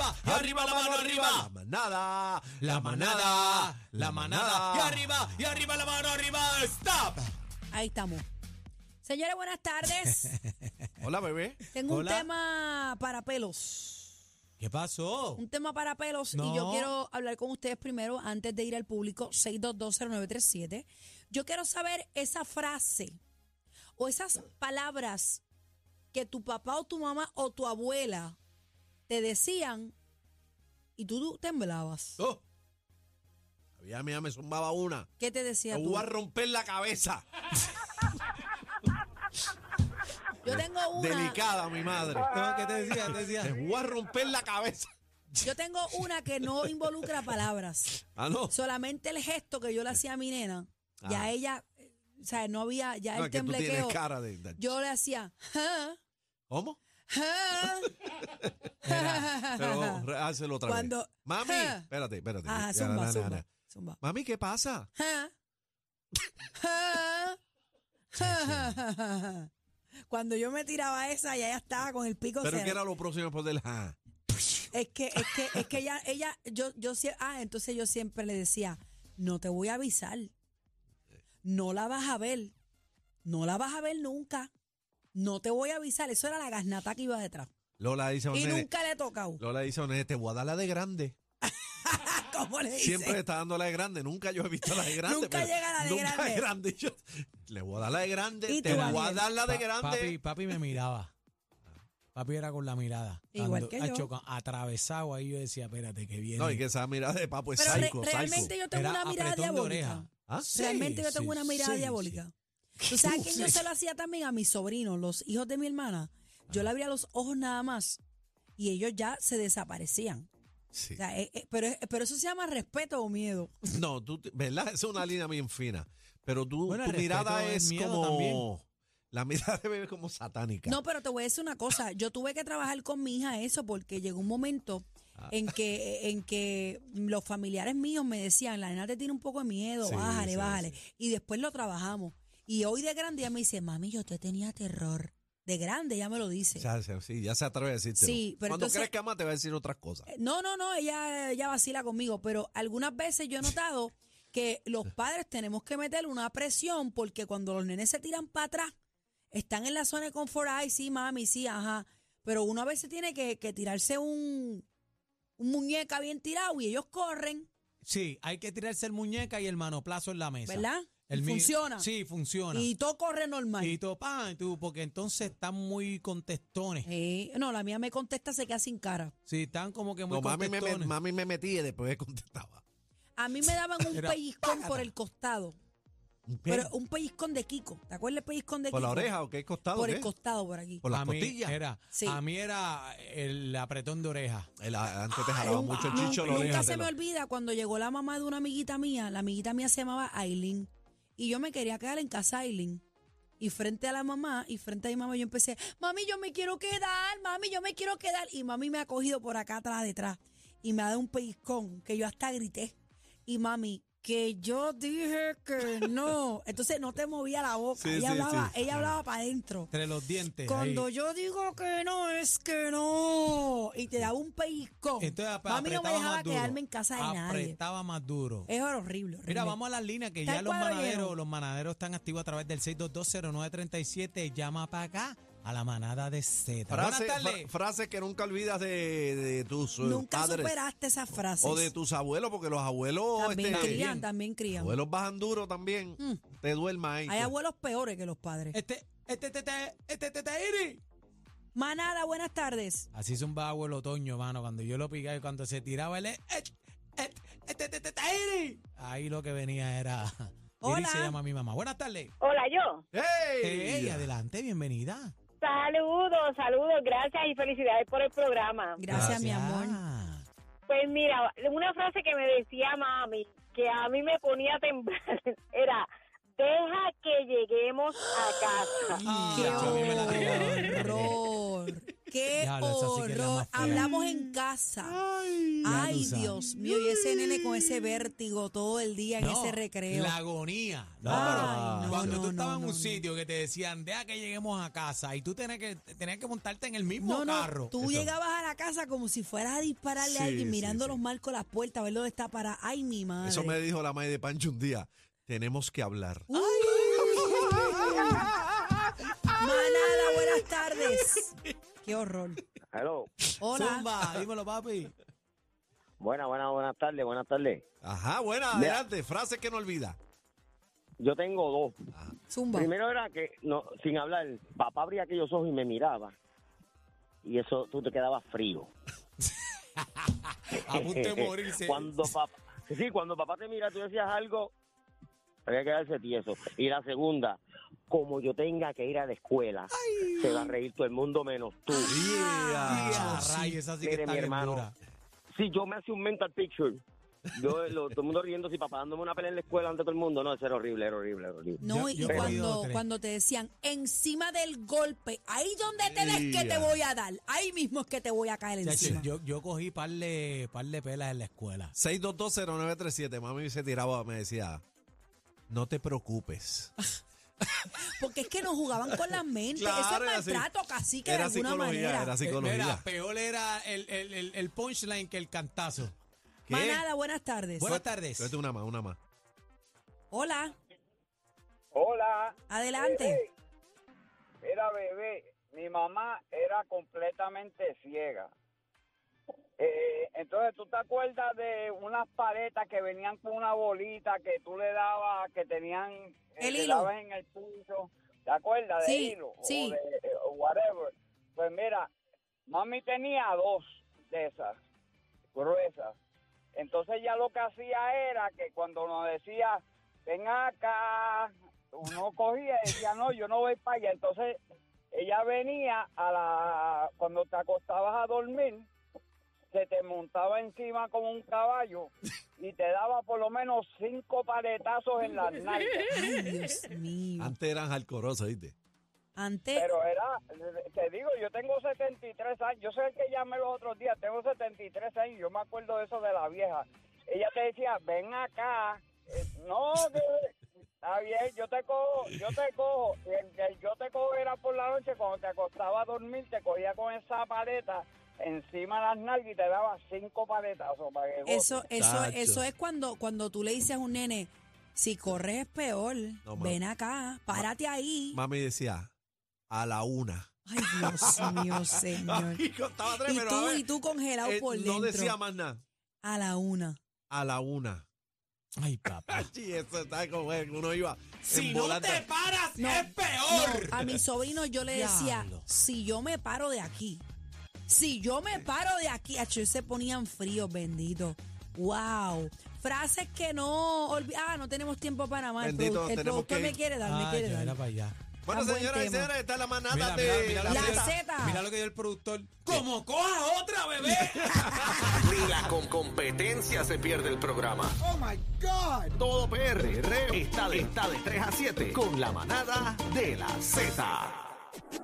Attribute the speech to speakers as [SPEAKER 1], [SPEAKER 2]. [SPEAKER 1] la mano arriba.
[SPEAKER 2] La manada,
[SPEAKER 1] La manada, la manada. Y
[SPEAKER 2] Y
[SPEAKER 1] arriba, y arriba la mano arriba. Stop.
[SPEAKER 3] Ahí estamos. Señores, buenas tardes.
[SPEAKER 2] Hola, bebé.
[SPEAKER 3] Tengo un
[SPEAKER 1] Hola.
[SPEAKER 3] tema para pelos.
[SPEAKER 1] ¿Qué pasó?
[SPEAKER 3] Un tema para pelos
[SPEAKER 1] No.
[SPEAKER 3] y yo quiero hablar con ustedes primero antes de ir al público 6220937. Yo quiero saber esa frase o esas palabras que tu papá o tu mamá o tu abuela te decían y tú temblabas.
[SPEAKER 2] Oh. A mí ya me- ya me zumbaba una.
[SPEAKER 3] ¿Qué te
[SPEAKER 2] Te
[SPEAKER 3] decía tú?
[SPEAKER 2] voy a romper la cabeza.
[SPEAKER 3] Yo tengo una.
[SPEAKER 2] Delicada, mi madre.
[SPEAKER 1] No, ¿qué te decía? Te
[SPEAKER 2] Te
[SPEAKER 1] decía.
[SPEAKER 2] voy a romper la cabeza.
[SPEAKER 3] Yo tengo una que no involucra palabras.
[SPEAKER 2] Ah, no.
[SPEAKER 3] solamente el gesto que yo le hacía a mi nena,
[SPEAKER 2] Ah.
[SPEAKER 3] ya ella, eh, o sea, no había, ya
[SPEAKER 2] No,
[SPEAKER 3] el
[SPEAKER 2] es Ah, que tú tienes
[SPEAKER 3] temblequeo.
[SPEAKER 2] cara de. de-
[SPEAKER 3] Yo le hacía, "Ja,
[SPEAKER 2] ¿Cómo?
[SPEAKER 3] ja".
[SPEAKER 2] Pero re- hazlo otra vez.
[SPEAKER 3] Cuando-
[SPEAKER 2] Mami,
[SPEAKER 3] Ah.
[SPEAKER 2] espérate, espérate.
[SPEAKER 3] ah,
[SPEAKER 2] Ya, na,
[SPEAKER 3] zumba,
[SPEAKER 2] na,
[SPEAKER 3] zumba,
[SPEAKER 2] na.
[SPEAKER 3] zumba.
[SPEAKER 2] Mami, ¿qué pasa?
[SPEAKER 3] Ja, ja, ja, ja, ja. Cuando yo me tiraba esa, ya ella estaba con el pico
[SPEAKER 2] Pero
[SPEAKER 3] cero.
[SPEAKER 2] ¿qué era lo próximo por Ah, del ja?
[SPEAKER 3] Es que, es que, es que ella, ella, yo, yo sie- ah, entonces yo siempre le decía, no te voy a avisar, no la vas a ver, no la vas a ver nunca, no te voy a avisar, eso era la gasnata que iba detrás.
[SPEAKER 2] Lola dice a un
[SPEAKER 3] Y
[SPEAKER 2] nene-
[SPEAKER 3] nunca le he tocado,
[SPEAKER 2] Lola dice a un nene, te voy a dar la de grande.
[SPEAKER 3] como le dice.
[SPEAKER 2] Siempre está dando la de grande. Nunca yo he visto la de grande.
[SPEAKER 3] Nunca
[SPEAKER 2] pero
[SPEAKER 3] llega la de
[SPEAKER 2] nunca
[SPEAKER 3] grande.
[SPEAKER 2] Yo, le voy a dar la de grande.
[SPEAKER 3] ¿Y
[SPEAKER 2] Te
[SPEAKER 3] tú,
[SPEAKER 2] voy a
[SPEAKER 3] Daniel?
[SPEAKER 2] dar la de
[SPEAKER 1] Pa- Papi,
[SPEAKER 2] grande.
[SPEAKER 1] papi me miraba. Papi era con la mirada.
[SPEAKER 3] Igual que yo.
[SPEAKER 1] acho, con- Atravesado ahí yo decía, espérate, que viene.
[SPEAKER 2] No, y que esa mirada de papo es
[SPEAKER 3] Pero re-
[SPEAKER 2] psycho, psycho.
[SPEAKER 3] realmente yo tengo
[SPEAKER 1] Era
[SPEAKER 3] una mirada
[SPEAKER 1] apretón de
[SPEAKER 3] diabólica.
[SPEAKER 1] oreja.
[SPEAKER 2] ¿Ah?
[SPEAKER 3] Realmente yo tengo
[SPEAKER 1] sí,
[SPEAKER 3] una mirada
[SPEAKER 1] sí,
[SPEAKER 3] diabólica. ¿Tú sabes que yo
[SPEAKER 2] Sí.
[SPEAKER 3] se lo hacía también a mis sobrinos, los hijos de mi hermana? Yo
[SPEAKER 1] Ah.
[SPEAKER 3] le abría los ojos nada más y ellos ya se desaparecían.
[SPEAKER 2] Sí.
[SPEAKER 3] O sea, eh, eh, pero, es- pero eso se llama respeto o miedo.
[SPEAKER 2] No, tú, te- ¿verdad? Es una línea bien fina. Pero tú,
[SPEAKER 1] Bueno, el
[SPEAKER 2] tu mirada
[SPEAKER 1] respeto es
[SPEAKER 2] es
[SPEAKER 1] miedo
[SPEAKER 2] como.
[SPEAKER 1] también.
[SPEAKER 2] La mirada de bebé es como satánica.
[SPEAKER 3] No, pero te voy a decir una cosa. Yo tuve que trabajar con mi hija eso porque llegó un momento
[SPEAKER 2] Ah.
[SPEAKER 3] en que, eh, en que los familiares míos me decían, la nena te tiene un poco de miedo,
[SPEAKER 2] Sí,
[SPEAKER 3] bájale,
[SPEAKER 2] sí,
[SPEAKER 3] bájale. Y después lo trabajamos. Y hoy de grande ella me dice, mami, yo te tenía terror. De grande ya me lo dice.
[SPEAKER 2] O sea, se- sí, ya se atreve a decirte.
[SPEAKER 3] Sí, pero
[SPEAKER 2] Cuando
[SPEAKER 3] entonces-
[SPEAKER 2] crees que ama, te va a decir otras cosas.
[SPEAKER 3] Eh, No, no, no, ella, ella vacila conmigo, pero algunas veces yo he notado que los padres tenemos que meter una presión porque cuando los nenes se tiran para atrás, están en la zona de confort, ay, sí, mami, sí, ajá, pero uno a veces tiene que, que tirarse un, un muñeca bien tirado y ellos corren,
[SPEAKER 1] Sí, hay que tirarse el muñeca y el manoplazo en la mesa.
[SPEAKER 3] ¿verdad?
[SPEAKER 1] El mi-
[SPEAKER 3] funciona.
[SPEAKER 1] Sí, funciona.
[SPEAKER 3] Y todo corre normal.
[SPEAKER 1] Y tú, pa, y tú, porque entonces están muy contestones.
[SPEAKER 3] Eh, no, la mía me contesta, se queda sin cara.
[SPEAKER 1] Sí, están como que muy
[SPEAKER 2] No, mami me,
[SPEAKER 1] contestones.
[SPEAKER 2] mami me metía y después me contestaba.
[SPEAKER 3] A mí me daban un
[SPEAKER 1] Era,
[SPEAKER 3] pellizcón por el costado, pero
[SPEAKER 2] ¿Qué?
[SPEAKER 3] un pellizcón de Kiko. ¿Te acuerdas el pellizcón de
[SPEAKER 2] ¿Por
[SPEAKER 3] Kiko?
[SPEAKER 2] la oreja o qué costado?
[SPEAKER 3] Por
[SPEAKER 2] qué?
[SPEAKER 3] el costado, por aquí.
[SPEAKER 2] ¿Por las
[SPEAKER 1] a mí
[SPEAKER 2] costillas?
[SPEAKER 1] Era,
[SPEAKER 3] Sí.
[SPEAKER 1] A mí era el apretón de oreja.
[SPEAKER 2] El- antes te
[SPEAKER 3] Ay,
[SPEAKER 2] jalaba
[SPEAKER 3] nunca-
[SPEAKER 2] mucho el
[SPEAKER 3] nunca-
[SPEAKER 2] chicho de la
[SPEAKER 3] Nunca
[SPEAKER 2] oreja.
[SPEAKER 3] se
[SPEAKER 2] te
[SPEAKER 3] me
[SPEAKER 2] lo-
[SPEAKER 3] olvida cuando llegó la mamá de una amiguita mía. La amiguita mía se llamaba Aileen. Y yo me quería quedar en casa, Aileen. Y frente a la mamá y frente a mi mamá yo empecé, mami, yo me quiero quedar, mami, yo me quiero quedar. Y mami me ha cogido por acá atrás, detrás. Y me ha dado un pellizcón que yo hasta grité. Y mami, que yo dije que no. Entonces no te movía la boca.
[SPEAKER 2] Sí,
[SPEAKER 3] ella,
[SPEAKER 2] sí,
[SPEAKER 3] hablaba,
[SPEAKER 2] sí.
[SPEAKER 3] ella hablaba para adentro.
[SPEAKER 1] Entre los dientes.
[SPEAKER 3] Cuando
[SPEAKER 1] Eh, ahí.
[SPEAKER 3] yo digo que no, es que no. Y te daba un pellizcón.
[SPEAKER 1] Entonces ap-
[SPEAKER 3] Mami no me
[SPEAKER 1] apretaba
[SPEAKER 3] dejaba
[SPEAKER 1] más duro.
[SPEAKER 3] quedarme en casa de nadie.
[SPEAKER 1] Apretaba más duro.
[SPEAKER 3] Es horrible, horrible.
[SPEAKER 1] Mira, vamos a las líneas que
[SPEAKER 3] ¿Está
[SPEAKER 1] ya
[SPEAKER 3] el
[SPEAKER 1] los
[SPEAKER 3] cuadro lleno?
[SPEAKER 1] manaderos, los manaderos están activos a través del 6220937. Llama para acá a la manada de Z. Buenas
[SPEAKER 2] Frase, fra-
[SPEAKER 1] tardes.
[SPEAKER 2] frases que nunca olvidas de, de tus eh,
[SPEAKER 3] Nunca
[SPEAKER 2] padres
[SPEAKER 3] superaste esas frases.
[SPEAKER 2] o de tus abuelos, porque los abuelos,
[SPEAKER 3] también
[SPEAKER 2] este,
[SPEAKER 3] crían, también crían.
[SPEAKER 2] abuelos bajan duro también. Te duerma ahí.
[SPEAKER 3] Hay abuelos peores que los padres.
[SPEAKER 1] Este, este, este, este, este, este, este, iri.
[SPEAKER 3] Manada, buenas tardes.
[SPEAKER 1] Así zumbaba el otoño, mano. Cuando yo lo picaba y cuando se tiraba el. eh, eh, este, este, este, este, iri. Ahí lo que venía era. Iri
[SPEAKER 3] Hola.
[SPEAKER 1] se llama mi mamá. Buenas tardes. Eh,
[SPEAKER 4] Hola, yo.
[SPEAKER 2] ¡Ey!
[SPEAKER 1] Ey, adelante, bienvenida.
[SPEAKER 4] Saludos, saludos, gracias y felicidades por el programa.
[SPEAKER 3] Gracias, mi amor.
[SPEAKER 4] Pues mira, una frase que me decía mami, que a mí me ponía a temblar, era, deja que lleguemos a casa.
[SPEAKER 1] Ah, a mí me la tiraban también.
[SPEAKER 3] Horror. Qué
[SPEAKER 1] Diablo, esa sí que es la
[SPEAKER 3] horror.
[SPEAKER 1] más fea.
[SPEAKER 3] Hablamos en casa.
[SPEAKER 2] Ay.
[SPEAKER 1] ya
[SPEAKER 3] Ay,
[SPEAKER 1] tú sabes.
[SPEAKER 3] Dios mío, y ese nene con ese vértigo todo el día en
[SPEAKER 1] No,
[SPEAKER 3] ese recreo.
[SPEAKER 1] La agonía. No,
[SPEAKER 3] Ay,
[SPEAKER 1] pero
[SPEAKER 3] no,
[SPEAKER 1] cuando
[SPEAKER 3] no,
[SPEAKER 1] tú estabas
[SPEAKER 3] no,
[SPEAKER 1] en un
[SPEAKER 3] no, no.
[SPEAKER 1] sitio que te decían, deja que lleguemos a casa y tú tenías que, tenías que montarte en el mismo
[SPEAKER 3] No, no,
[SPEAKER 1] carro.
[SPEAKER 3] tú llegabas a la casa como si fueras a dispararle a
[SPEAKER 2] Sí,
[SPEAKER 3] alguien,
[SPEAKER 2] sí,
[SPEAKER 3] mirando
[SPEAKER 2] sí.
[SPEAKER 3] los marcos, las puertas, a ver dónde está para. Ay, mi madre.
[SPEAKER 2] Eso me dijo la madre de Pancho un día. Tenemos que hablar.
[SPEAKER 3] Uy. Manada, buenas tardes. Qué horror.
[SPEAKER 5] Hello.
[SPEAKER 3] Hola.
[SPEAKER 1] Zumba, dímelo, papi.
[SPEAKER 5] Buena, buena, buenas tardes, buenas tardes.
[SPEAKER 2] Ajá, buena,
[SPEAKER 5] Mira.
[SPEAKER 2] adelante. Frase que no olvida.
[SPEAKER 5] Yo tengo dos.
[SPEAKER 3] Zumba.
[SPEAKER 5] Primero era que, no, sin hablar, papá abría aquellos ojos y me miraba. Y eso, tú te quedabas frío.
[SPEAKER 1] A punto de morirse.
[SPEAKER 5] cuando papá, sí, cuando papá te mira, tú decías algo, había que quedarse tieso. Y la segunda, como yo tenga que ir a la escuela, se va a reír todo el mundo menos tú.
[SPEAKER 1] Ah,
[SPEAKER 2] Yeah.
[SPEAKER 1] rayos, esa sí que
[SPEAKER 5] Mire,
[SPEAKER 1] está
[SPEAKER 5] mi
[SPEAKER 1] bien
[SPEAKER 5] hermano.
[SPEAKER 1] dura.
[SPEAKER 5] Si yo me hace un mental picture, yo, lo- todo el mundo riendo, si papá dándome una pelea en la escuela ante todo el mundo, no, eso era horrible, era horrible, era horrible.
[SPEAKER 3] No,
[SPEAKER 1] Yo-
[SPEAKER 3] y
[SPEAKER 1] yo he comido
[SPEAKER 3] cuando,
[SPEAKER 1] tres.
[SPEAKER 3] cuando te decían encima del golpe, ahí donde te des que te
[SPEAKER 2] Ya.
[SPEAKER 3] voy a dar, ahí mismo es que te voy a caer
[SPEAKER 1] Chacho,
[SPEAKER 3] encima.
[SPEAKER 1] yo, yo cogí par de, par de pelas en la escuela.
[SPEAKER 2] 6220937, mami se tiraba, me decía, no te preocupes.
[SPEAKER 3] Ah, Porque es que nos jugaban con la mente.
[SPEAKER 2] Claro,
[SPEAKER 3] Eso
[SPEAKER 2] era
[SPEAKER 3] es
[SPEAKER 2] así.
[SPEAKER 3] maltrato, casi que de
[SPEAKER 2] Era
[SPEAKER 3] alguna
[SPEAKER 2] psicología,
[SPEAKER 3] manera.
[SPEAKER 2] era
[SPEAKER 1] Eh,
[SPEAKER 2] Psicología.
[SPEAKER 1] mira, peor era el, el- el- el punchline que el cantazo.
[SPEAKER 2] ¿Qué?
[SPEAKER 3] Manada, buenas tardes.
[SPEAKER 1] Buenas tardes.
[SPEAKER 2] Espérate, una más, una más.
[SPEAKER 3] Hola,
[SPEAKER 6] Hola,
[SPEAKER 3] adelante.
[SPEAKER 6] era bebé. Mi mamá era completamente ciega. Eh, entonces, ¿tú te acuerdas de unas paletas que venían con una bolita que tú le dabas, que tenían eh,
[SPEAKER 3] El
[SPEAKER 6] que
[SPEAKER 3] hilo.
[SPEAKER 6] dabas en el piso? ¿Te acuerdas de
[SPEAKER 3] Sí,
[SPEAKER 6] hilo?
[SPEAKER 3] sí.
[SPEAKER 6] O de, o whatever. Pues mira, mami tenía dos de esas, gruesas. Entonces ya lo que hacía era que cuando nos decía, ven acá, uno cogía y decía, no, yo no voy para allá. Entonces ella venía a la, cuando te acostabas a dormir, se te montaba encima como un caballo y te daba por lo menos cinco paletazos en las nalgas.
[SPEAKER 3] Ay, Dios mío.
[SPEAKER 2] Antes eran alcorosas, ¿viste?
[SPEAKER 3] Antes,
[SPEAKER 6] Pero era, te digo, yo tengo 73 años, yo sé que llamé los otros días, tengo 73 años, yo me acuerdo de eso de la vieja. Ella te decía, ven acá, Eh, no, que- está bien, yo te cojo, yo te cojo. Y el, el yo te cojo era por la noche, cuando te acostaba a dormir, te cogía con esa paleta encima de las nalgas y te daba cinco paletazos para que goces.
[SPEAKER 3] eso, eso,
[SPEAKER 2] Chacho.
[SPEAKER 3] eso es cuando, cuando tú le dices a un nene, si corres es peor,
[SPEAKER 2] No, ma-
[SPEAKER 3] ven acá, párate ahí.
[SPEAKER 2] Mami decía, a la una.
[SPEAKER 3] Ay, Dios mío, señor.
[SPEAKER 2] Y contaba tres,
[SPEAKER 3] Y
[SPEAKER 2] pero a
[SPEAKER 3] tú,
[SPEAKER 2] ver,
[SPEAKER 3] y tú congelado
[SPEAKER 2] eh,
[SPEAKER 3] por
[SPEAKER 2] No
[SPEAKER 3] dentro.
[SPEAKER 2] decía más nada.
[SPEAKER 3] A la una.
[SPEAKER 2] A la una.
[SPEAKER 1] Ay, papá.
[SPEAKER 2] Sí, eso está como que uno iba
[SPEAKER 1] si
[SPEAKER 2] en
[SPEAKER 1] no
[SPEAKER 2] volanta.
[SPEAKER 1] te paras,
[SPEAKER 3] No,
[SPEAKER 1] es peor.
[SPEAKER 3] No, a mi sobrino yo le decía,
[SPEAKER 1] Diablo.
[SPEAKER 3] si yo me paro de aquí, si yo me paro de aquí, acho, ellos se ponían fríos, bendito. Wow. Frases que no olvi- Ah, no tenemos tiempo para más. El,
[SPEAKER 2] Bendito,
[SPEAKER 3] produ- el
[SPEAKER 2] tenemos
[SPEAKER 3] productor
[SPEAKER 2] que
[SPEAKER 3] me
[SPEAKER 2] ir. Ah,
[SPEAKER 3] quiere dar, me
[SPEAKER 1] Ay,
[SPEAKER 3] quiere
[SPEAKER 1] yo Ah, era
[SPEAKER 3] dar.
[SPEAKER 1] para allá.
[SPEAKER 2] Bueno,
[SPEAKER 3] Tan Ah, buen
[SPEAKER 2] señoras y
[SPEAKER 3] tema.
[SPEAKER 2] señores, está la manada
[SPEAKER 1] Mira,
[SPEAKER 2] de
[SPEAKER 1] mira, mira lo
[SPEAKER 3] La
[SPEAKER 1] que dio-
[SPEAKER 3] Zeta.
[SPEAKER 1] Mira lo que dio el productor. ¡Como coja otra, bebé!
[SPEAKER 7] Ni la con competencia se pierde el programa. Oh my God. Todo PR está de, está de 3 a 7 con la manada de la Z.